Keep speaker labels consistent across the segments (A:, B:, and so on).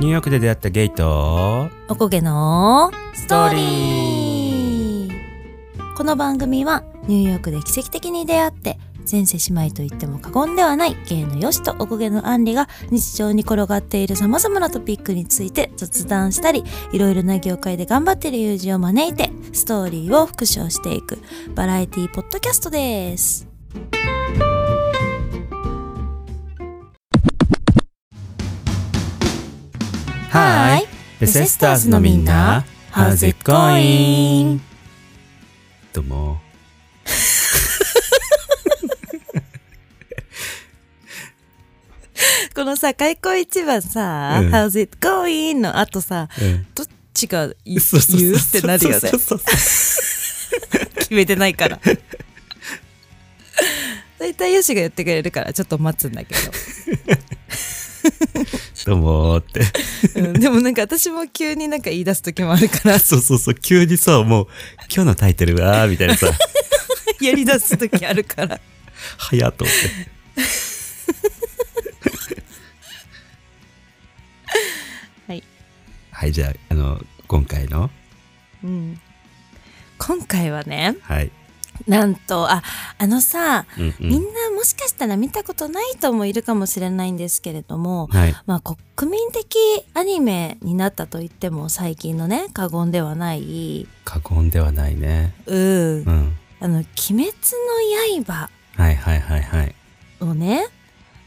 A: ニューヨークで出会ったゲイと
B: おこげのス
A: ト
B: ト
A: ー
B: ー
A: リー
B: リーこの番組はニューヨークで奇跡的に出会って前世姉妹と言っても過言ではない芸のよしとおこげのあんりが日常に転がっている様々なトピックについて雑談したりいろいろな業界で頑張っている友人を招いてストーリーを復唱していくバラエティポッドキャストですはーい
A: The Sisters のみんな How's it going? どうも
B: このさ開口一番さ
A: うん
B: How's it going? の後さ
A: うん
B: どっちがい
A: そうそうそう
B: 言うってなるよね
A: そうそうそうそ
B: 決めてないから大体よしが言ってくれるからちょっと待つんだけ
A: うどうもーって
B: ど、うんでもなんか私も急になんか言い出す時もあるから
A: そうそうそう急にさもう今日のタイトルはみたいなさ
B: やり出す時あるから
A: 早っと思って
B: はい、
A: はいじゃああの今回の
B: うん、今回はね
A: はい、
B: なんとああのさ、
A: うんう
B: み
A: ん、
B: んなもしかしたら見たことない人もいるかもしれないんですけれども、
A: はい
B: まあ、国民的アニメになったと言っても最近のね過言ではない、
A: 過言ではないね
B: うん
A: う、ん
B: あの「鬼滅の刃」
A: はいはいはいはい
B: をね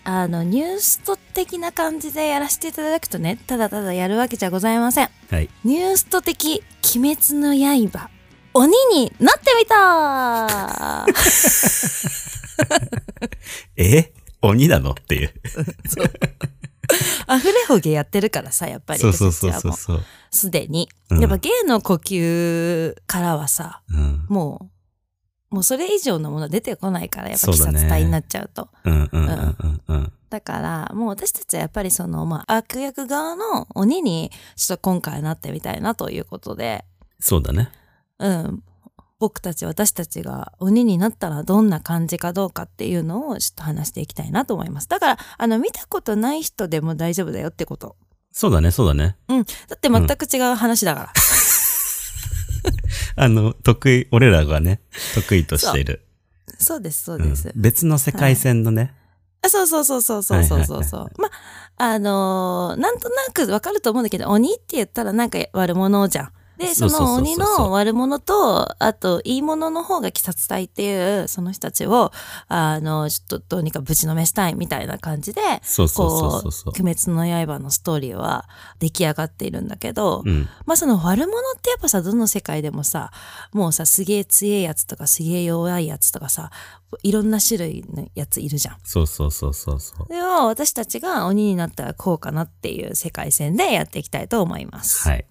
B: あのニュースト的な感じでやらせていただくとねただただやるわけじゃございません
A: はい
B: ニュースト的「鬼滅の刃」鬼になって みた
A: え鬼なのっていう
B: アフレホゲやってるからさやっぱり
A: そうそうそう
B: 私
A: そ
B: たちは
A: う
B: も
A: そう
B: うすでに、
A: うん
B: やっぱ芸の呼吸からはさ
A: うん
B: もうもうそれ以上のもの出てこないからやっぱ
A: そう
B: 鬼
A: だね
B: 殺隊になっちゃうと
A: うんうんうんうんうん
B: だから、もう私たちはやっぱりその、まあ、悪役側の鬼に、ちょっと今回なってみたいなということで、
A: そうだね
B: うん。僕たち、私たちが鬼になったらどんな感じかどうかっていうのをちょっと話していきたいなと思います。だから、あの、見たことない人でも大丈夫だよってこと。
A: そうだねそうだね
B: だって全く違う 話だから。
A: あの得意俺らがね得意としている
B: そうです、そうです。
A: うん別の世界線のね、
B: あそうそうそうそうそうそうそうそう。
A: は
B: まあ、あのーなんとなくわかると思うんだけど、鬼って言ったらなんか悪者じゃん。で、
A: そ
B: そう
A: そうそうそう
B: の鬼の悪者と、あと、いい者の方が鬼殺隊っていう、その人たちを、あの、ちょっとどうにかぶちのめしたいみたいな感じで、
A: そうそうそ
B: こ
A: う
B: う
A: そうそう、
B: 鬼滅の刃のストーリーは出来上がっているんだけど、
A: うん、
B: まあその悪者ってやっぱさ、どの世界でもさ、もうさ、すげえ強いやつとかすげえ弱いやつとかさ、いろんな種類のやついるじゃん。
A: そうそうそうそうそう
B: それを私たちが鬼になったらこうかなっていう世界線でやっていきたいと思います。
A: はい、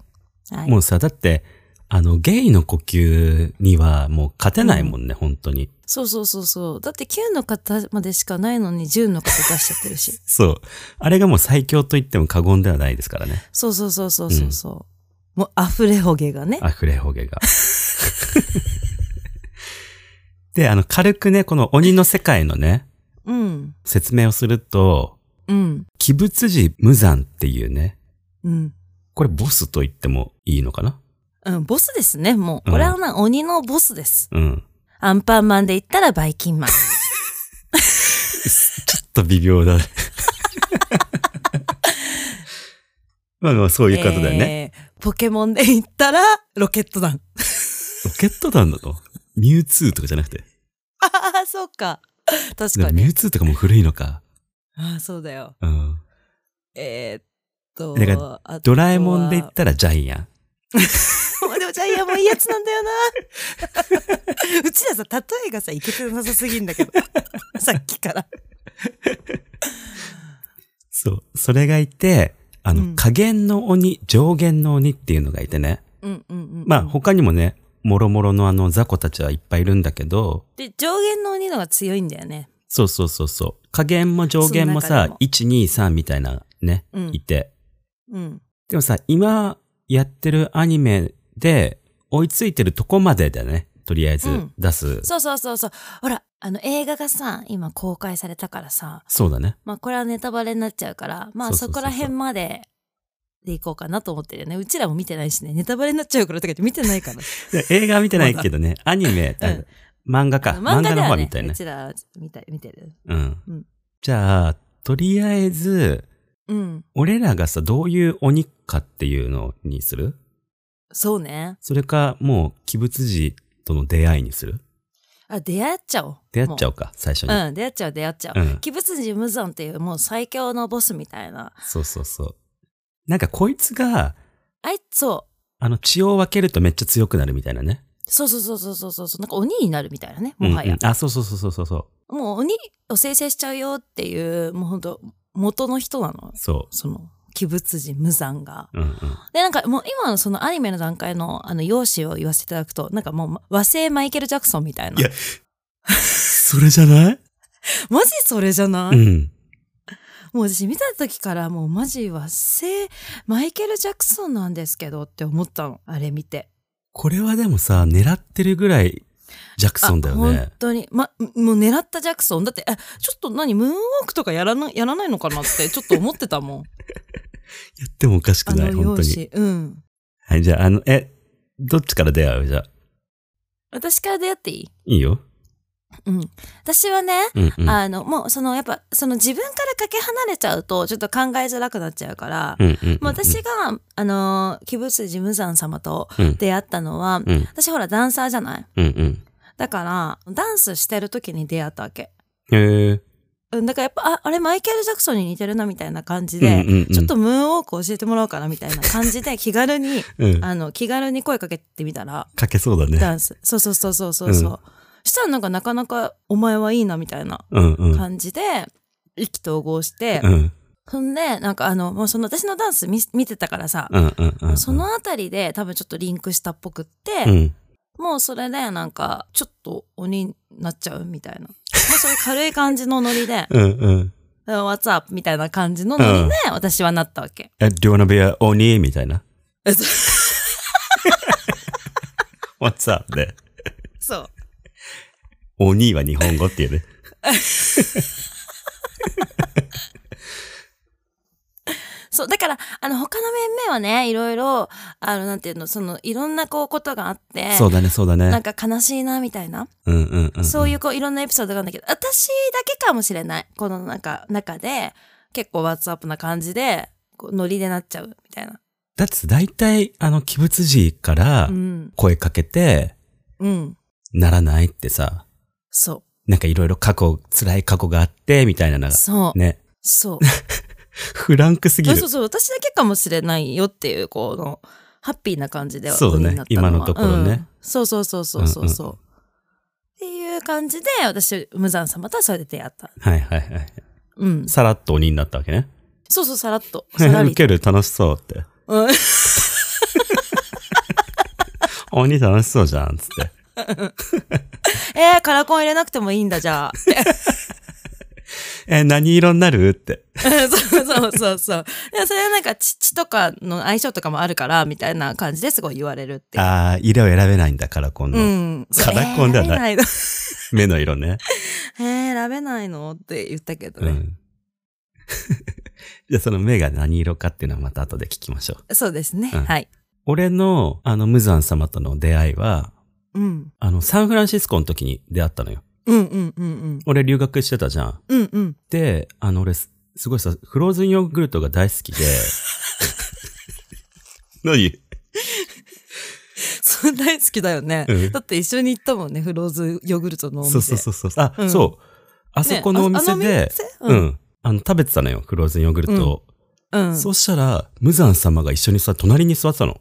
B: はい。
A: もうさだってあのゲイの呼吸にはもう勝てないもんね、本当に。
B: そうそうそうそう。だって9の方までしかないのに10の方出しちゃってるし
A: そうあれがもう最強と言っても過言ではないですからね
B: そうそうそうそうそうそう。もう溢れほげがね。
A: あふれほげが であの軽くねこの鬼の世界のね
B: うん。
A: 説明をすると
B: うん。
A: 鬼仏寺無惨っていうね
B: うん。
A: これボスと言ってもいいのかな
B: うん、ボスですね、も
A: う
B: う。
A: ん
B: これはな、鬼のボスです。
A: うん
B: アンパンマンで言ったらバイキンマン。
A: ちょっと微妙だね。 まあまあ、そういうことだよね。
B: ね。ポケモンで言ったらロケット団。
A: ロケット団だとミュウツーとかじゃなくて。
B: ああ、そうか。確
A: で
B: か
A: もミュ
B: に。
A: ウツーとかもう古いのか。
B: ああ、そうだよ。
A: うん。
B: えー、っと。
A: だから
B: あとは
A: ドラえもんで言ったらジャイアン。
B: まあ でもジャイアンもいいやつなんだよ な。うちらさ、例えがさ、いけてなさすぎ んだけど。さっきから。
A: そう。それがいて、あの、
B: うん
A: 下限の鬼、上限の鬼っていうのがいてね。
B: うんうんうん。
A: まあ、他にもね、もろもろのあの、雑魚たちはいっぱいいるんだけど、
B: で、上限の鬼のが強いんだよね。
A: そうそうそうそう。下限も上限も
B: その中で
A: さ
B: も、
A: 1、2、3みたいなね、
B: うん
A: いて。
B: うん。
A: でもさ、今やってるアニメで追いついてるとこまでだね。とりあえず
B: うん
A: 出す。
B: そうそうそうそう。ほら、あの映画がさ、今公開されたからさ、
A: そうだね。
B: まあこれはネタバレになっちゃうから、まあ
A: そうそうそう
B: そ
A: そう
B: こら辺まででいこうかなと思ってるよね。うちらも見てないしね。ネタバレになっちゃうからとか言って見てな いから。
A: で映画は見てないけどね、アニメ、
B: うん
A: 漫画か。漫画
B: で
A: の方
B: は
A: は
B: ね
A: 見たいね
B: う。ちら見た見てる。
A: うん
B: うん。
A: じゃあ、とりあえず、
B: うん。
A: 俺らがさ、どういう鬼かっていうのにする
B: そうね。
A: それか、もう、鬼物児との出会いにする
B: あ、出会っちゃおう。
A: 出会っちゃ
B: う。
A: おうか、最初に。
B: うん、出会っちゃおう、出会っちゃお
A: う
B: う。
A: ん。
B: 鬼物寺無惨っていうもう最強のボスみたいな。
A: そうそうそう。なんか、こいつが、
B: あいつ、そう。
A: あの、血を分けるとめっちゃ強くなるみたいなね。
B: そうそうそうそうそうそうそう。なんか鬼になるみたいなね。もは
A: うん
B: や
A: う。んあ、そうそうそうそうそう。
B: もう鬼を生成しちゃうよっていう、もうほんと、元の人なの。
A: そ
B: その、鬼物寺無惨が。
A: う。うん うん。
B: で、なんかもう今のそのアニメの段階のあの、容姿を言わせていただくと、なんかもう和製マイケル・ジャクソンみたいな。
A: いやそれじゃない
B: マジそれじゃな
A: う
B: い、
A: ん。
B: もう私見た時からもうマジ和製マイケル・ジャクソンなんですけどって思ったの。あれ見て。
A: これはでもさ、狙ってるぐらい、ジャクソンだよ
B: あ本
A: ね。
B: 当に。ま、もう狙ったジャクソン。だって、えちょっと何、ムーンウォークとかやらなやらないのか なって、ちょっと思ってたもん。
A: やってもおかし
B: あ
A: くな
B: の
A: い、本当
B: 容
A: に。
B: 姿。うん。
A: はい、じゃあ、あの、え、どっちから出会うじゃあ。
B: 私から出会っていい
A: いいよ。
B: うん。私はね、
A: うんうん。
B: あの、もう、その、やっぱ、その自分からかけ離れちゃうと、ちょっと考えづらくなっちゃうから、
A: うんうんうんうん
B: もう私、が、あの、鬼仏寺無惨様と
A: うん
B: 出会ったのは、
A: うん
B: 私ほら、ダンサーじゃない
A: うんうん。
B: だから、ダンスしてる時に出会ったわけ。
A: へえ。
B: うん、だからやっぱ、あ、あれ、マイケル・ジャクソンに似てるな、みたいな感じ
A: うん
B: で、
A: うんうん
B: ちょっとムーンウォーク教えてもらおうかなみたいな感じで気軽に、
A: うん。
B: あの、気軽に声かけてみたら、
A: かけそうだね。
B: ダンス。そうそうそうそうそうそう。
A: う
B: したらなんかなかなかお前はいいなみたいな
A: うんうん。
B: 感じで、意気投合して、
A: うん
B: そんで、なんかあの、もうその私のダンス見見てたからさ、
A: うんうんうん。
B: そのあたりで多分ちょっとリンクしたっぽくって、
A: うん。、
B: もうそれでなんか、ちょっと鬼になっちゃうみたいな。もうそういう軽い感じのノリで
A: うんうん。
B: What's up? みたいな感じのノリで私はなったわけ。
A: え、do you wanna be a oni? みたいな。What's up? で。
B: そう。
A: 鬼は日本語っていうね。
B: そう、だから、あの、他の面々はね、いろいろ、あの、なんていうの、その、いろんな、こう、ことがあって、
A: そうだね、そうだ
B: なん
A: ね。
B: か悲しいな、みたいな、
A: うんうんうん。。
B: そういうう、こう、いろんなエピソードがあるんだけど、私だけかもしれない。この、なんか、中で、結構、ワッツアップな感じで、こうノリでなっちゃう、みたいな。
A: だって大体、あの、鬼物寺から
B: うん。
A: 声かけて、
B: うん。
A: ならないってさ、
B: そ
A: なんかいろいろ過去、辛い過去があって、みたいなの
B: う。
A: が。
B: そう。
A: ね。
B: そう。
A: フランクすぎる
B: そう。そう、私だけかもしれないよっていう、この、ハッピーな感じでは
A: そうだね
B: になったは
A: 今のところね
B: うんそうそうそうそうそうそう。
A: う
B: っていう感じで、私、無惨様とはそれで出会った。
A: はいはいはい。
B: うん。
A: さらっと鬼になったわけね。
B: そうそう、さら っと。さら
A: 受
B: りと。
A: ける楽しそうって。
B: うん
A: 鬼楽しそうじゃん、つって。
B: えー、カラコン入れなくてもいいんだ、じゃあ。
A: え、何色になるって。
B: そうそうそうそう。いや、それはなんか、父とかの相性とかもあるから、みたいな感じですごい言われるっていう。
A: ああ、色を選べないんだから、こ
B: う
A: の
B: ん。そう
A: カラコンではな
B: えー選べ
A: 目
B: ないの。
A: の色ね。
B: えー、選べないの って言ったけど
A: う
B: ね。
A: ん。 じゃあその目が何色かっていうのはまた後で聞きましょう。
B: そうですね。
A: うん
B: はい。
A: 俺の、あの、無惨様との出会いは、
B: うん。
A: あの、サンフランシスコの時に出会ったのよ。
B: うんうんうんうん。
A: 俺留学してたじゃん。
B: うんうん。
A: で、あの、俺す、すごいさ、フローズンヨーグルトが大好き で。何
B: そう大好きだよね、
A: うん
B: だって一緒に行ったもんね、フローズヨーグルトのお店。
A: そうそうそうそう。あ、
B: うん
A: そう。あそこのお店で、
B: ねああ
A: う
B: のお店
A: ん。あの、食べてたのよ、フローズンヨーグルトを。
B: うん。うん。
A: そうしたら、無惨様が一緒にさ、隣に座ってた の。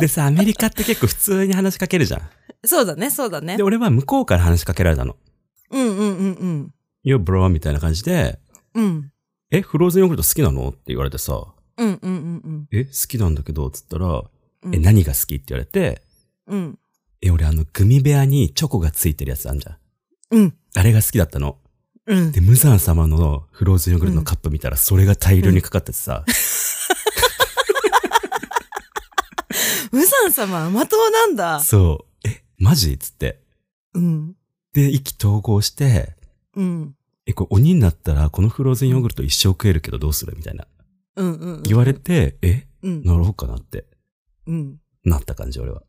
A: でさ、アメリカって結構普通に話しかけるじゃん。
B: そうだね、そうだね
A: で、。俺は向こうから話しかけられたの。
B: うんうんうんうん。
A: Yo, bro, みたいな感じで、
B: うん。
A: え、フローズンヨーグルト好きなのって言われてさ、
B: うんうんうん
A: え、好きなんだけど、つったら、
B: うん。
A: え、何が好きって言われて、
B: うん。
A: え、俺あの、グミ部屋にチョコがついてるやつあんじゃん。
B: うん。
A: あれが好きだったの。
B: うん。
A: で、無惨様のフローズンヨーグルトのカップ見たら、それが大量にかかっててさ、
B: 無惨様、甘党なんだ。
A: そう。え、マジっつって。
B: うん。
A: で、意気投合して、
B: うん。
A: え、これ鬼になったらこのフローズンヨーグルト一生食えるけどどうするみたいな。
B: うんうんうん。
A: 言われて、え、
B: うん。
A: なろうかなって
B: うん。
A: なった感じ、俺は。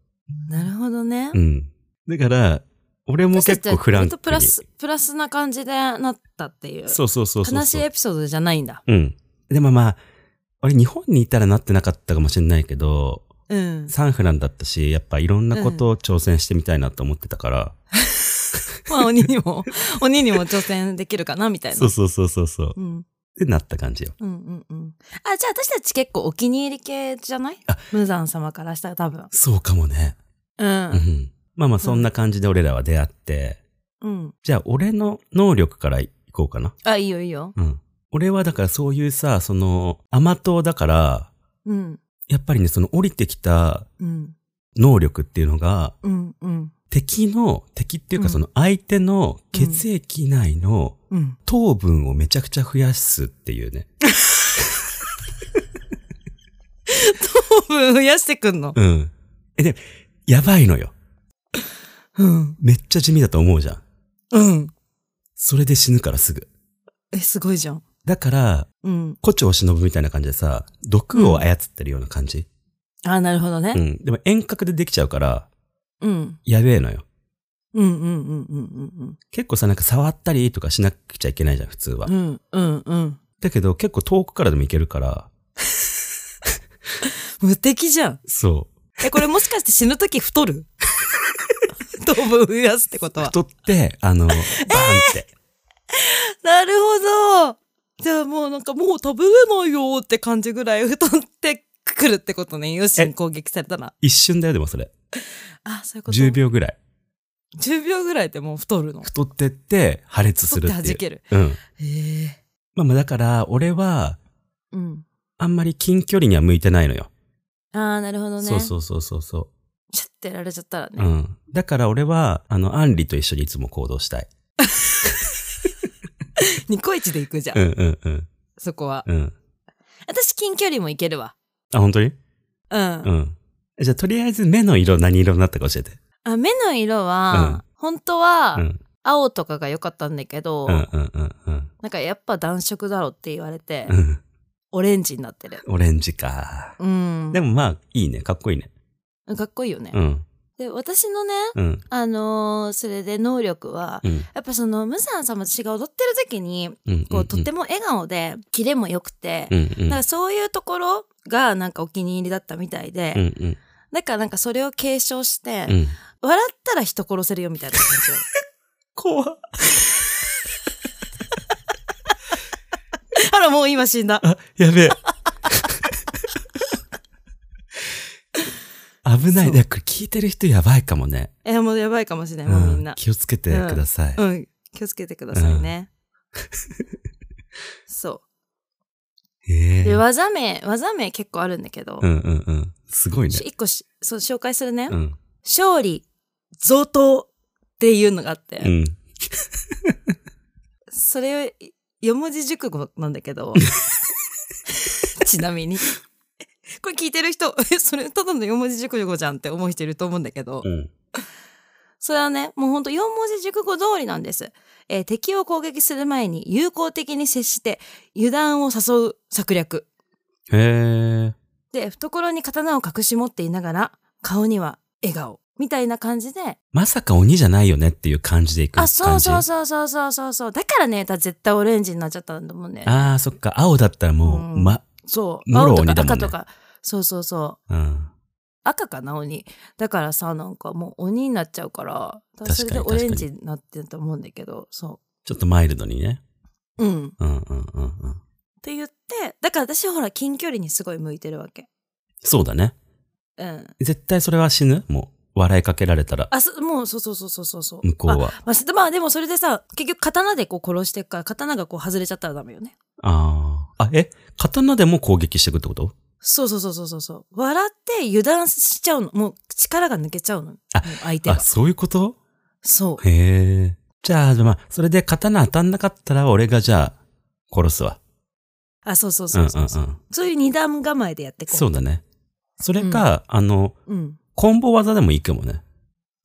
B: なるほどね。
A: うん。だから、俺も結構フランク
B: ち
A: に。
B: ょっとプラス、プラスな感じでなったっていう。
A: そうそうそうそうそう。
B: 悲しいエピソードじゃないんだ。
A: うん。でもまあ、俺日本にいたらなってなかったかもしれないけど、
B: うん。
A: サンフランだったし、やっぱいろんなことを挑戦してみたいなと思ってたから、
B: まあ鬼にも、 鬼にも挑戦できるかなみたいな。
A: そうそうそうそうそう。っ
B: うん。
A: てなった感じよ。
B: うんうんうん。あ、じゃあ私たち結構お気に入り系じゃない
A: あ
B: 無惨様からしたら多分。
A: そうかもね。
B: う。
A: うんん。まあまあそんな感じで俺らは出会って、
B: うん。
A: じゃあ俺の能力からいこうかな。
B: あ、いいよいいよ。
A: うん。俺はだからそういうさ、その、甘党だから、
B: うん。
A: やっぱりね、その降りてきた
B: うん。
A: 能力っていうのが、
B: うん。うん。
A: 敵の、敵っていう
B: う
A: か
B: ん
A: その相手の血液内の
B: うん。
A: 糖分をめちゃくちゃ増やすっていうね。
B: 糖分 増やしてくんの。
A: うん。え、でも、やばいのよ。
B: うん。
A: めっちゃ地味だと思うじゃん。
B: うん。
A: それで死ぬからすぐ。
B: え、すごいじゃん。
A: だから、
B: うん。
A: 胡蝶忍ぶみたいな感じでさ、毒を操ってるような感じ。
B: あ、なるほど
A: うん。
B: ね。
A: でも遠隔でできちゃうから、
B: うん。
A: やべえのよ。
B: うんうんうんうん
A: 結構さ、なんか触ったりとかしなくちゃいけないじゃん、普通は。
B: うんうん。うんうんうん。
A: だけど結構遠くからでもいけるから、
B: 無敵じゃん。
A: そう。
B: え、これもしかして死ぬとき太 る糖分増やすってことは。
A: 太って、あ の、バーンって。
B: なるほど。じゃあもうなんかもう食べれないよって感じぐらい太ってくるってことね。よしに攻撃されたら。
A: 一瞬だよ、でもそれ。
B: あ、そういうこと。
A: 10。秒ぐらい。
B: 10秒ぐらいでもう太るの。
A: 太ってって破裂す
B: 太っ
A: る
B: て
A: ってい
B: 弾
A: う。
B: ける。
A: うん。
B: へえ。
A: まあまあだから、俺は、
B: うん。
A: あんまり近距離には向いてないのよ。
B: ああ、なるほどね。
A: そうそうそうそうそ
B: ちょっとやられちゃったら
A: う。う
B: ね。
A: ん。だから俺は、あの、アンリと一緒にいつも行動したい。
B: ニコイチで行くじゃん。
A: うんうんうん。
B: そこは。
A: うん。
B: 私近距離も行けるわ。
A: あ、本当に
B: うん。
A: うん。じゃあとりあえず目の色何色になったか教えて。
B: あ目の色
A: う
B: は
A: ん、
B: 本当
A: う
B: は
A: ん。
B: 青とかが良かったんだけど、
A: うんうんうんうん。
B: なんかやっぱ暖色だろって言われて、
A: うん。
B: オレンジになってる。
A: オレンジか。
B: うん。
A: でもまあ、いいね。かっこいいね。
B: かっこいいよね。
A: うん。
B: で、私のね、
A: うん。
B: あのーそれで能力は、
A: うん。
B: やっぱその、ムサン様と私が踊ってる時に、
A: うん。
B: こう、とて
A: も。
B: も笑顔で、キレも良くて、
A: うんうん。
B: だからそういうところがなんかお気に入りだったみたいで、
A: うんうん。
B: だからなんかそれを継承して、
A: うん。
B: 笑ったら人殺せるよみたいな感じ。
A: 怖っ
B: あら、もう今死んだ。
A: あ、やべえ。危ない。
B: そう
A: ねこれ聞いてる人やばいかもね。
B: え、もうやばいかもしれない、もうみん
A: うん
B: な。
A: 気をつけてください。
B: うん、気をつけてくださいね。 そう。
A: へ
B: で、
A: え
B: 技名、技名結構あるんだけど、
A: うんうんうん。すごいね
B: し。一個しそう紹介するね。
A: うん。
B: 勝利、贈答っていうのがあって、
A: うん。
B: それを四文字熟語なんだけど、 ちなみに。これ聞いてる人、え、それただの四文字熟語じゃんって思う人いると思うんだけど、
A: うん。
B: それはね、もうほんと4文字熟語通りなんです。えー敵を攻撃する前に友好的に接して油断を誘う策略。
A: へえ。
B: で、懐に刀を隠し持っていながら、顔には笑顔。みたいな感じで。
A: まさか鬼じゃないよねっていう感じでいく感
B: あ、
A: じ。
B: そうそうそうそうそうそうそう。だからね、だ絶対オレンジになっちゃったんだもんね。
A: ああ、そっか。青だったらもう、
B: うん
A: ま、
B: そう。
A: もろ
B: 青と
A: 鬼
B: か
A: だもんね
B: 赤とか。そうそうそう。
A: うん。
B: 赤かな、鬼。だからさ、なんかもう鬼になっちゃうから、だからそれで
A: 確
B: オ
A: かに
B: レンジになってると思うんだけど、そ
A: ちょっとマイルドにね。
B: う。うん。
A: うんうんうんうん。
B: って言って、だから私ほら近距離にすごい向いてるわけ。
A: そうだね。
B: うん。
A: 絶対それは死ぬもう、笑いかけられたら、
B: あ、そもうそうそうそうそうそうそう。
A: 向こう
B: あ
A: は。
B: まあすまあでもそれでさ、結局刀でこう殺していくから、刀がこう外れちゃったらダメよね。
A: ああ。あ、え刀でも攻撃していくってこと
B: そうそうそうそうそうそう。笑って油断しちゃうの。もう力が抜けちゃうの。もう相手
A: あ、
B: が。
A: そういうこと
B: そう。
A: へえ。じゃあ、まあ、それで刀当たんなかったら、俺がじゃあ、殺すわ。
B: あ、そうそうそうそうそう。
A: んうんうん。
B: そういう二段構えでやってこう。
A: そうだね。それか、あの、
B: うん。
A: コンボ技でもいいかもね。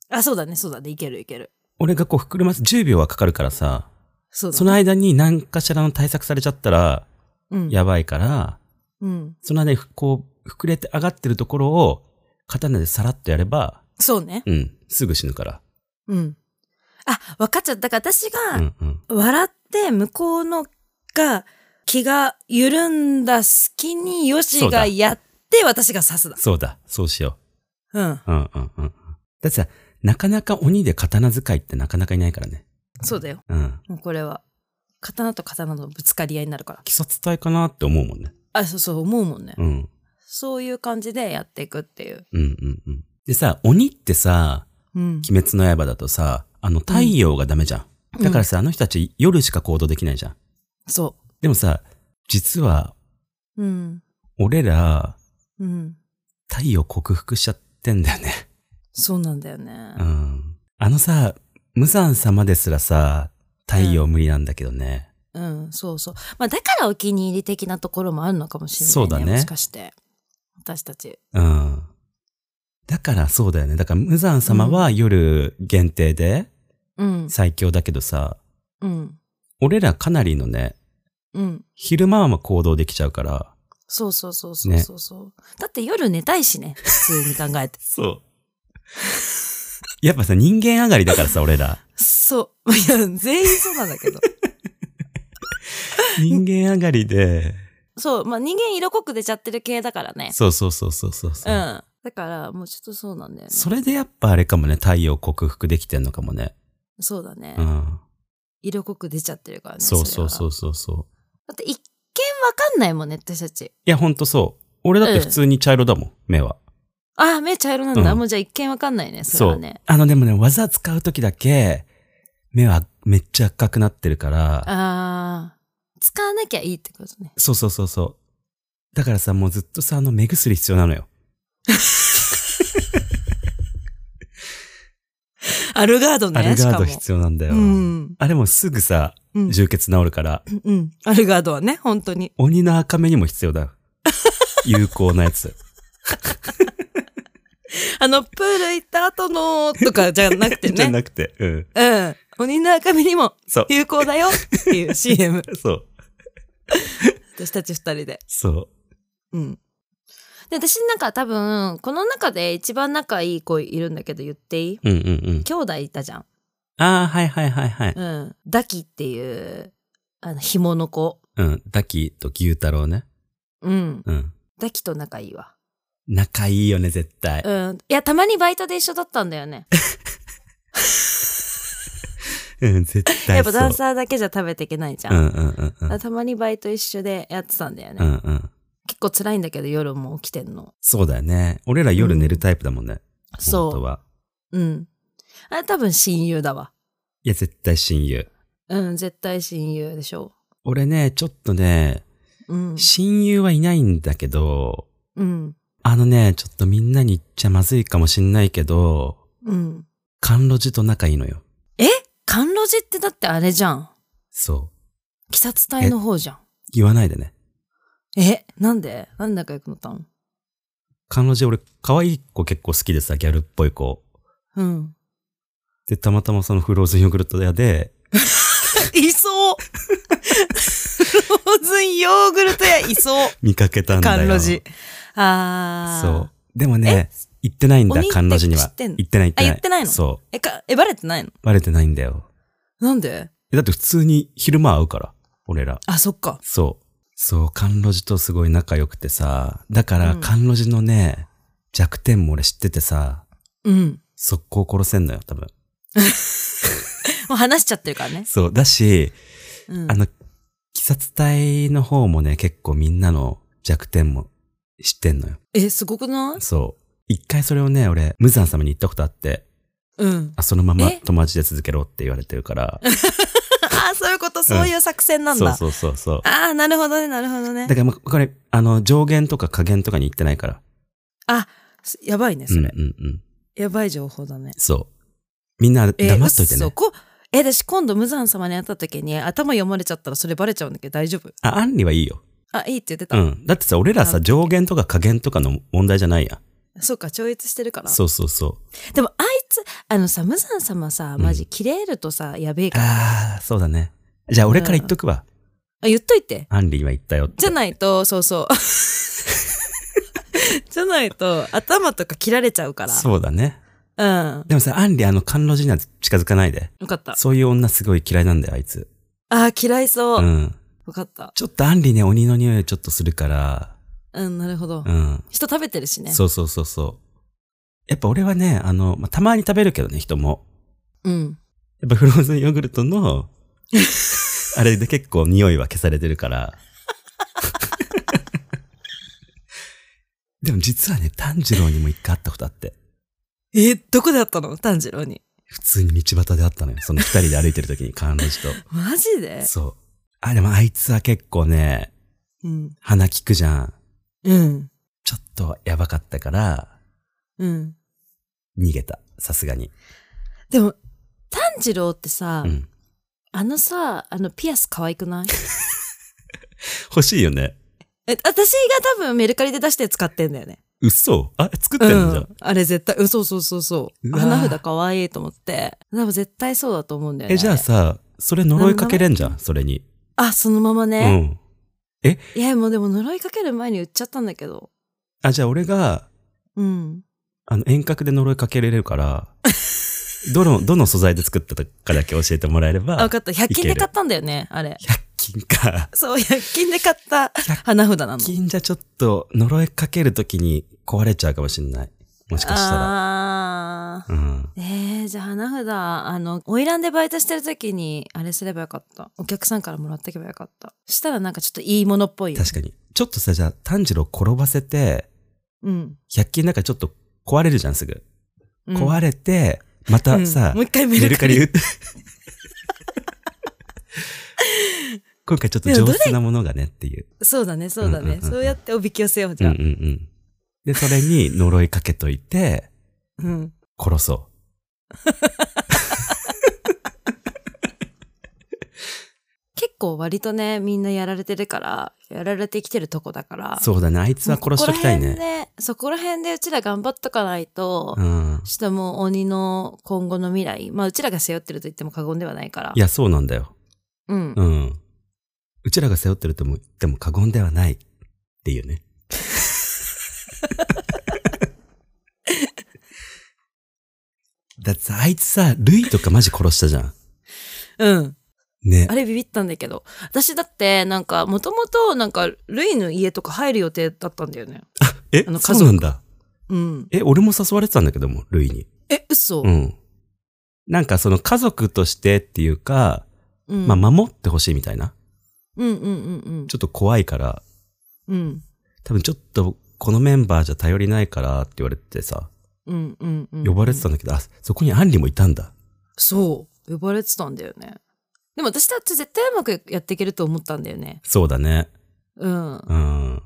B: あ、そうだね、そうだね。いけるいける。
A: 俺がこう、膨れます。10秒はかかるからさ、
B: そうだね
A: その間に何かしらの対策されちゃったら、
B: うん。
A: やばいから、
B: うん。
A: その間にふこう、膨れて上がってるところを、刀でさらっとやれば、
B: そうね。
A: うん、すぐ死ぬから。
B: うん。あ、分かっちゃった。だから私
A: う
B: が
A: んうん。
B: 笑って向こうのが気が緩んだ隙にヨシ
A: そうだ
B: がやって私が刺すだ。
A: そうだ、そうしよ
B: うん。
A: う。うんうんうんうん。だってさ、なかなか鬼で刀使いってなかなかいないからね。
B: そうだよ。
A: うん。
B: もうこれは。刀と刀のぶつかり合いになるから。
A: 基礎伝えかなって思うもんね。
B: あ、そうそう、思うもんね。
A: うん。
B: そういう感じでやっていくっていう。
A: うんうんうん。でさ、鬼ってさ、
B: うん。
A: 鬼滅の刃だとさ、あの太陽がダメじゃん。
B: うん
A: だからさ、あの人たち夜しか行動できないじゃん。
B: そ
A: でもさ、実は、
B: う。うん。
A: 俺ら、
B: うん。
A: 太陽克服しちゃってんだよね。
B: そうなんだよね
A: う。ん。あのさ、無惨様ですらさ、太陽無理なんだけどね。
B: うん、そうそう。まあだからお気に入り的なところもあるのかもしれない、ね。
A: そうだね
B: もしかして。私たち。
A: うん。だからそうだよね。だから無惨様は夜限定で
B: うん。
A: 最強だけどさ、
B: うん。
A: 俺らかなりのね、
B: うん。
A: 昼間はまあ行動できちゃうから。。
B: そうそうそうそうそうそう、だって夜寝たいしね。普通に考えて
A: そう。 やっぱさ、人間上がりだからさ、俺 ら。
B: そう。いや、全員そうなんだけど。
A: 人間上がりで。
B: そう。まあ人間色濃く出ちゃってる系だからね。
A: そうそうそうそうそう
B: う
A: そう、
B: ん。だから、もうちょっとそうなんだよね。
A: それでやっぱあれかもね、太陽克服できてんのかもね。
B: そうだね、
A: うん。
B: 色濃く出ちゃってるからね。
A: そうそう
B: れは
A: そうそうそう。
B: だって一見わかんないもんね、私たち。
A: いや、ほんとそう。俺だって普通に茶色だもん、目は。
B: ああ、目茶色なんだ。
A: うん
B: もうじゃあ一見わかんないね、それ
A: そ
B: は
A: う
B: ね。。
A: あの、でもね、技使うときだけ、目はめっちゃ赤くなってるから、
B: ああ、使わなきゃいいってことね。
A: そうそうそうそう。だからさ、もうずっとさ、あの、目薬必要なのよ。
B: アルガードね、
A: アルガード
B: しか
A: 必要なんだよ。
B: も。うん。
A: あれもすぐさ、
B: うん。
A: 充血治るから、
B: うん。アルガードはね、本当に。
A: 鬼の赤目にも必要だ よ。有効なやつ。
B: あの、プール行った後の、とかじゃなくて
A: じゃ
B: ね。
A: なくて、うん。
B: うん。鬼の赤身にも
A: そう。
B: 有効だよって いう CM。
A: そう。
B: 私たち二人で。
A: そう。
B: うん。で、私なんか多分、この中で一番仲いい子いるんだけど言っていい
A: うんうんうん。
B: 兄弟いたじゃん。
A: ああ、はいはいはいはい。
B: うん。ダキっていう、あの、紐の子。
A: うん。ダキと牛太郎ね。
B: うん。
A: うん。
B: ダキと仲いいわ。
A: 仲いいよね、絶対。
B: うん。いや、たまにバイトで一緒だったんだ よね。
A: うん、絶対
B: やっぱダン
A: ー
B: サーだけじゃ食べていけないじゃん。
A: う
B: だ
A: んうんうんう
B: から
A: ん。
B: たまにバイト一緒でやってたんだよね。
A: うんうん。
B: 結構辛いんだけど夜も起きてんの。
A: そうだよね。俺ら夜寝るタイプだもんね。本当
B: そ
A: は。
B: う。うん。あれ多分親友だわ。
A: いや、絶対親友。
B: うん、絶対親友でしょ
A: 俺ね、ちょっとね、
B: う。うん。
A: 親友はいないんだけど、
B: うん。
A: あのね、ちょっとみんなに言っちゃまずいかもしんないけど、
B: うん。
A: 甘露寺と仲いいのよ。
B: 甘露寺ってだってあれじゃん。
A: そう。
B: 鬼殺隊の方じゃん。
A: 言わないでね。
B: え、なんでなんで仲良くなったの
A: 甘露寺俺、可愛い子結構好きでさ、ギャルっぽい子。
B: うん。
A: で、たまたまそのフローズンヨーグルト屋で、
B: いそうローズンヨーグルト屋いそう
A: 見かけたんだよ。
B: 甘露寺。あー。
A: そう。。でもね、行ってないんだ
B: 鬼、って
A: 甘露寺には
B: 知っ。てんの
A: 行ってない、行ってない。
B: あ言ってないの
A: そう。
B: え、か、え、バレてないの
A: バレてないんだよ。
B: なんで
A: えだって普通に昼間会うから、俺ら。
B: あ、そっか。
A: そう。そう、甘露寺とすごい仲良くてさ、だから
B: うん
A: 甘露寺のね、弱点も俺知っててさ、
B: うん。
A: 速攻殺せんのよ、多分。
B: もう話しちゃってるからね。
A: そう、だし、
B: うん
A: あ。の、鬼殺隊の方もね、結構みんなの弱点も知ってんのよ。
B: え、すごくない
A: そう。一回それをね、俺、無惨様に言ったことあって、
B: うん。
A: あ、そのまま
B: え
A: 友達で続けろって言われてるから。
B: ああ、そういうこと、そういう作戦なん
A: そう
B: だ。
A: そうそうそう。
B: ああ、なるほどね、なるほどね
A: だか。らまあ、これ、あの、上限とか下限とかに言ってないから。
B: やばいね、
A: う
B: そ
A: んう
B: れ。
A: んうん。
B: やばい情報だね。
A: そう。みんな
B: え
A: 黙っといてね。
B: そこ、え、私今度無惨様に会った時に頭読まれちゃったらそれバレちゃうんだけど大丈夫
A: あ、アンリはいいよ。
B: あ、いいって言ってた。
A: うん。だってさ、俺らさ、
B: あ
A: 上限とか下限とかの問題じゃないや
B: そうか、超越してるか
A: ん。
B: ら。
A: そうそうそう。
B: でもあいつ、あのさ、無惨様さ、マジ切れるとさ、やべえから。
A: ああ、そうだね。じゃあ俺から言っとくわ。
B: あ言っといて。
A: アンリーは言ったよって。
B: じゃないと、そうそう。 じゃないと、頭とか切られちゃうから。
A: そうだね。
B: うん。
A: でもさ、アンリーあの、甘露寺には近づかないで。
B: よかった。
A: そういう女すごい嫌いなんだよ、あいつ。
B: ああ、嫌いそうう。よ
A: ん。
B: かった。
A: ちょっとアンリーね、鬼の匂いちょっとするから、
B: うん、なるほど
A: う。ん。
B: 人食べてるしね。
A: そうそうそうそう。やっぱ俺はね、あの、まあ、たまに食べるけどね、人も。
B: うん。
A: やっぱフローズンヨーグルト の、あれで結構匂いは消されてる から。でも実はね、炭治郎にも一回会ったことあって、
B: え、どこで会ったの炭治郎に。
A: 普通に道端で会ったのよ。その二人で歩いてる時に彼女と。
B: マジで
A: そう。あ、でもあいつは結構ね、
B: うん。
A: 鼻利くじゃん。
B: うん。
A: ちょっとやばかったから、
B: うん。
A: 逃げた。さすがに。
B: でも、炭治郎ってさ、
A: うん。
B: あのさ、あのピアス可愛くない
A: 欲しいよね。
B: え、私が多分メルカリで出して使ってんだよね。
A: 嘘あ、作って
B: うん
A: のじゃん。
B: ん。あれ絶対、うん、そうそうそうそう。
A: うわー
B: 花札可愛いと思って。でも絶対そうだと思うんだよね。
A: え、じゃあさ、それ呪いかけれんじゃん、それに。
B: あ、そのまま
A: う
B: ね。
A: ん。
B: いや、もうでも呪いかける前に売っちゃったんだけど。
A: あ、じゃあ俺が、
B: うん。
A: あの、遠隔で呪いかけれる から、どの、どの素材で作ったかだけ教えてもらえれば。
B: あ、分かった。100均
A: い
B: で
A: ける
B: 買ったんだよね、あれ。
A: 100均か。
B: そう、100均で買った花札なの。
A: 100均じゃちょっと呪いかけるときに壊れちゃうかもしんない。もしかしたら。
B: あー。
A: うん。
B: えー、じゃあ花札、あの、花魁でバイトしてる時に、あれすればよかった。お客さんからもらってけばよかった。したらなんかちょっといいものっぽいよ。
A: 確かに。ちょっとさ、じゃあ炭治郎転ばせて、
B: うん。
A: 100均なんかちょっと壊れるじゃん、すぐ。
B: うん
A: 壊れて、ま
B: う
A: た
B: ん
A: さ、
B: もう一回メ
A: メ
B: ル
A: ル
B: カ
A: カ
B: リ。
A: リ売って。 今回ちょっと上質なものがねっていう。
B: そうだね、そうだ
A: う
B: ね。
A: んうんうんうん
B: そうやっておびき寄せよう、
A: う
B: じ
A: ん
B: ゃ
A: うん
B: あ
A: う。ん。で、それに呪いかけといて、
B: うん。
A: 殺そう。
B: 結構割とね、みんなやられてるから、やられてきてるとこだから。
A: そうだね。あいつは殺しときたいね。
B: そこら辺でうちら頑張っとかないと、
A: うん。
B: ちょっともう鬼の今後の未来、まあうちらが背負ってると言っても過言ではないから。
A: いや、そうなんだよ。
B: うん。
A: うん。うちらが背負ってるとも言っても過言ではないっていう ね。だってさ、あいつさ、ルイとかマジ殺したじゃん。
B: うん。
A: ね
B: あ。れビビったんだけど。私だって、なんか、もともと、なんか、ルイの家とか入る予定だったんだよね。
A: え
B: あの家
A: そ
B: 族
A: うなんだ。
B: うん。
A: え、俺も誘われてたんだけども、ルイに。
B: え、嘘
A: う。ん。なんかその家族としてっていうか、
B: うん。
A: まあ守ってほしいみたいな。
B: うんうんうん
A: ちょっと怖いから、
B: うん。うん。
A: 多分ちょっとこのメンバーじゃ頼りないからって言われてさ、
B: うんうんうん。
A: 呼ばれてたんだけど、あ、そこにアンリもいたんだ。
B: そう。呼ばれてたんだよね。でも私たち絶対うまくやっていけると思ったんだよね。
A: そうだね。
B: うん。
A: うん。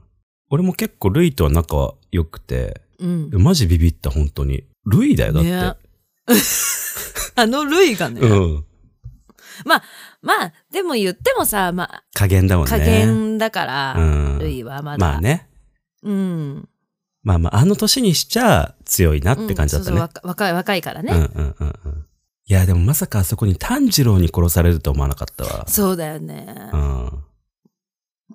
A: 俺も結構ルイとは仲良くて、
B: うん。
A: マジビビった本当に。ルイだよ、だって。
B: ね あのルイがね。
A: うん。
B: まあ、でも言ってもさ、まあ、
A: 加減だもんね。
B: 加減だから、
A: うん
B: ルイはまだ。
A: まあ。ね。
B: うん。
A: まあまあ、あの年にしちゃ強いなって感じだった
B: うんそうそう
A: ね。
B: 若若い、若いから
A: うんう
B: ね。
A: んうんうん。いや、でもまさかあそこに炭治郎に殺されると思わなかったわ。
B: そうだよね
A: う。ん。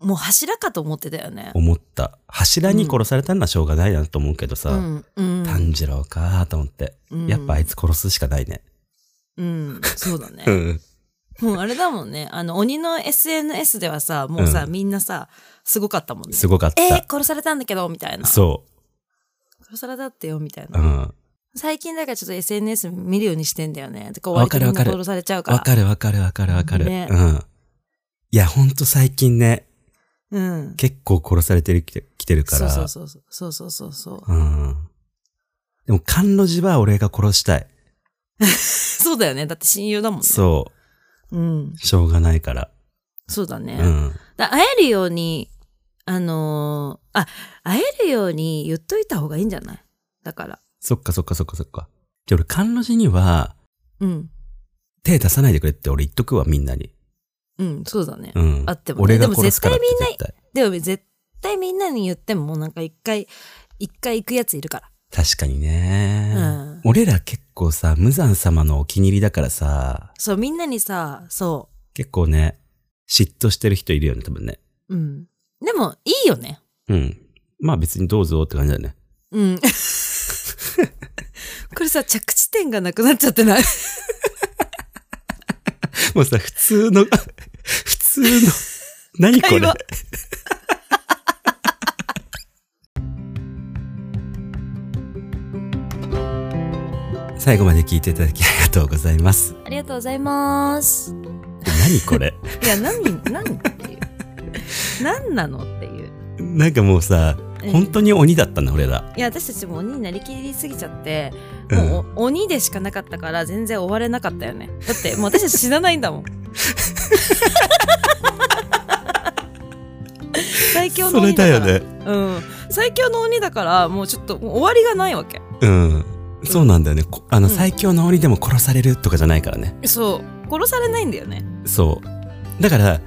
B: もう柱かと思ってたよね。
A: 思った。柱に殺されたのはしょうがないなと思うけどさ。
B: うん。うん。
A: 炭治郎かーと思って。
B: うん
A: やっぱあいつ殺すしかないね。
B: うん。そうだね。
A: うん。
B: もうあれだもんね。あの、鬼の SNS ではさ、もうさ、
A: う
B: みんなさ、すごかったもんね。
A: すごかっ
B: えー
A: た。
B: 殺されたんだけど、みたいな。
A: そ。
B: 殺されたってよ、みたいうな。
A: うん。わ
B: 最近だからちょっと SNS 見るようにしてんだよね。てか、
A: わかる
B: 割と
A: わ
B: みんな
A: かる
B: 殺されちゃうから。
A: かるわかるわかるわかる。
B: ね
A: うん。いや、ほんと最近ね、
B: うん。
A: 結構殺されてるきてきてるか
B: そ
A: ら。
B: うそうそうそう。そうそうそうそ
A: う
B: う。
A: ん。でも、甘露寺は俺が殺したい。
B: そうだよね。だって親友だもんね。。
A: そう
B: ん。
A: う。しょうがないから。
B: そうだね。
A: うん。
B: だ会えるように、あのーあ、会えるように言っといた方がいいんじゃないだから。
A: そっかそっかそっかそっか。じゃあ俺、甘露寺には、
B: うん。
A: 手出さないでくれって俺言っとくわ、みんなに。
B: うん、そうだね。
A: うん。
B: あってもね
A: 俺が殺すからって
B: でも絶対みんな
A: 絶対。
B: でも絶対みんなに言っても、なんか一回、一回行くやついるか
A: 確かにね、
B: うん
A: 俺ら結構さ、無惨様のお気に入りだからさ、
B: ら。そう、みんなにさ、そ
A: 結構ね、嫉妬してる人いるよね、多分ね。
B: うん。でも、いいよね。
A: うん。まあ別にどうぞって感じだよね。
B: うん。 これさ、着地点がなくなっちゃってない
A: もうさ、普通の、 普通の、 何こ
B: 会
A: れ
B: 話
A: 最後まで聞いていただきありがとうござい ます。
B: ありがとうございます。
A: 何これ
B: いや、何、 何っていう。何なのっていう。
A: なんかもうさ、
B: うん
A: 本当に鬼だったな、俺ら。
B: いや、私たちも鬼になりきりすぎちゃって、
A: うん
B: もうお鬼でしかなかったから全然終われなかったよね。だって、もう私たち死なないん だもん。最強の
A: それ
B: 鬼だ
A: だ
B: から
A: よ。ね。
B: うん。最強の鬼だから、もうちょっともう終わりがないわけ。
A: うん。そうなんだよね。こあの、
B: うん
A: 最強の鬼でも殺されるとかじゃないからね。
B: そう。殺されないんだよね。
A: そう。だから、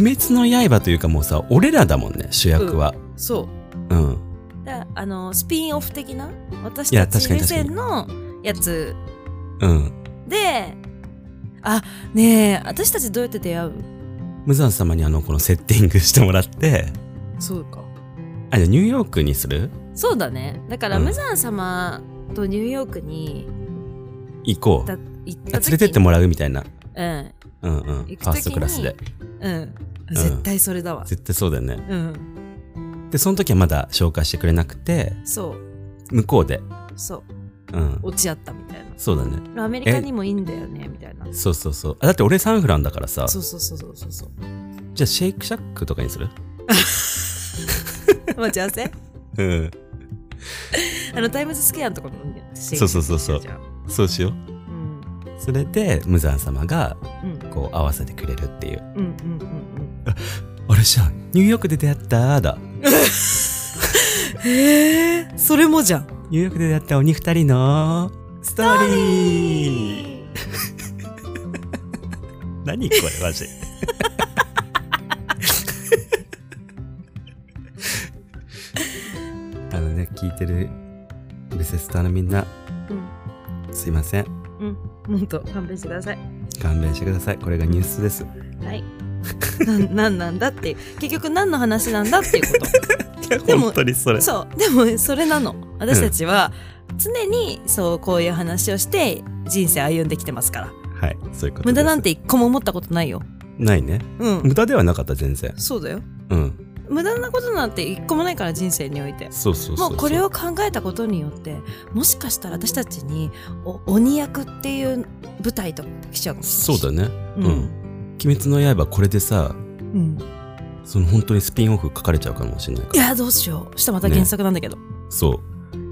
A: 鬼滅の刃というかもうさ、俺らだもんね、主役は。
B: そう。
A: うん。
B: だからあの、スピンオフ的な、私
A: いや
B: た
A: 確
B: ち
A: かに
B: 目線のやつ
A: うん。
B: で、あ、ねえ、私たちどうやって出会う
A: 無惨様にあの、このセッティングしてもらって、
B: そうか。
A: あ、じゃあニューヨークにする
B: そうだね。だから、
A: うん
B: 無惨様とニューヨークに
A: 行こう。
B: だ
A: あ
B: 行った
A: 連
B: 時
A: れてってもらうみたいな。
B: うん。
A: うんうん。フ
B: 行
A: ァ
B: く
A: ー
B: 時に
A: ストクラスで。
B: うん。絶対それだわ。
A: 絶対そうだよね。
B: うん。
A: で、その時はまだ紹介してくれなくて、
B: そう。
A: 向こうで。
B: そう。
A: うん。
B: 落ち合ったみたい
A: そうだね。
B: な。アメリカにもいいんだよね、みたいな。
A: そうそうそう。あ、だって俺サンフランだからさ。
B: そうそうそうそうそうそう。
A: じゃあシェイクシャックとかにする
B: 待ち合わせ
A: うん。
B: あの、タイムズスクエアのところに。
A: そうそうそうそう
B: じゃあ
A: そうしよう。
B: うん。
A: それで、無惨様が、
B: うん。
A: こう、合わせてくれるっていう。
B: うんうんうん
A: あれじゃん、ニューヨークで出会っただ。
B: うん。へえ、それもじゃん。
A: ニューヨークで出会った鬼二人の、ストーリー何これ、マジで。あのね、聞いてる、ルセスターのみんな、
B: うん、
A: すいません。
B: もっと勘弁してください。
A: 勘弁してください。これがニュースです。い
B: はい。なん、 なんなんだっていう、結局何の話なんだっていうこ
A: や、
B: でも
A: 本当にそれ
B: と。。そう、でもそれなの。私たちは常にそうこういう話をして人生歩んできてますから。
A: はい、そういうことです。
B: 無駄なんて一個も思ったことないよ。
A: ないね。
B: うん
A: 無、駄ではなかった、全然。
B: そうだよ。
A: うん。
B: 無駄なことなんて一個もないから人生において。
A: そうそうそうそ
B: も
A: う。
B: うこれを考えたことによってもしかしたら私たちにお鬼役っていう舞台と来ちゃうかもしれ
A: そう
B: ない
A: だね。
B: う
A: うんん。鬼滅の刃、これでさ、
B: うん、
A: その本当にスピンオフ書かれちゃうかもしれないか
B: い
A: ら。
B: やどうしようしたらまた原作なんだけど、
A: そう。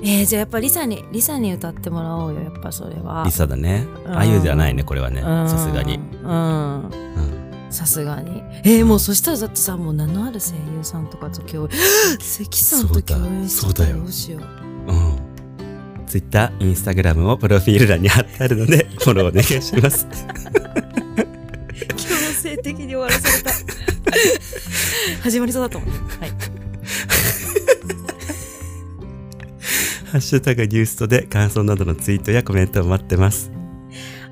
B: えー、じゃあやっぱリサにリサに歌ってもらおうよやっぱそれは
A: リサだね。
B: うん
A: あゆじゃないね、これはね。
B: うん
A: さすが
B: う
A: に。
B: ん
A: うん。
B: さすがにえー、もうそしたらだってさもう名のある声優さんとか と共演関さんと共演してたら
A: そうだ
B: どうしよう
A: うん。ツイッター、インスタグラムをプロフィール欄に貼ってあるの で、フォローお願いします。
B: 強制的に終わらさ れた始まりそうだと思うはい
A: ハッシュタグニューストで感想などのツイートやコメントを待ってます。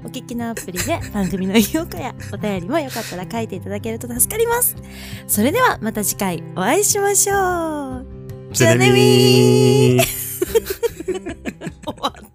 B: お聞きのアプリで番組の評価やお便りもよかったら書いていただけると助かります。それではまた次回お会いしましょう。じゃあねみー終わった。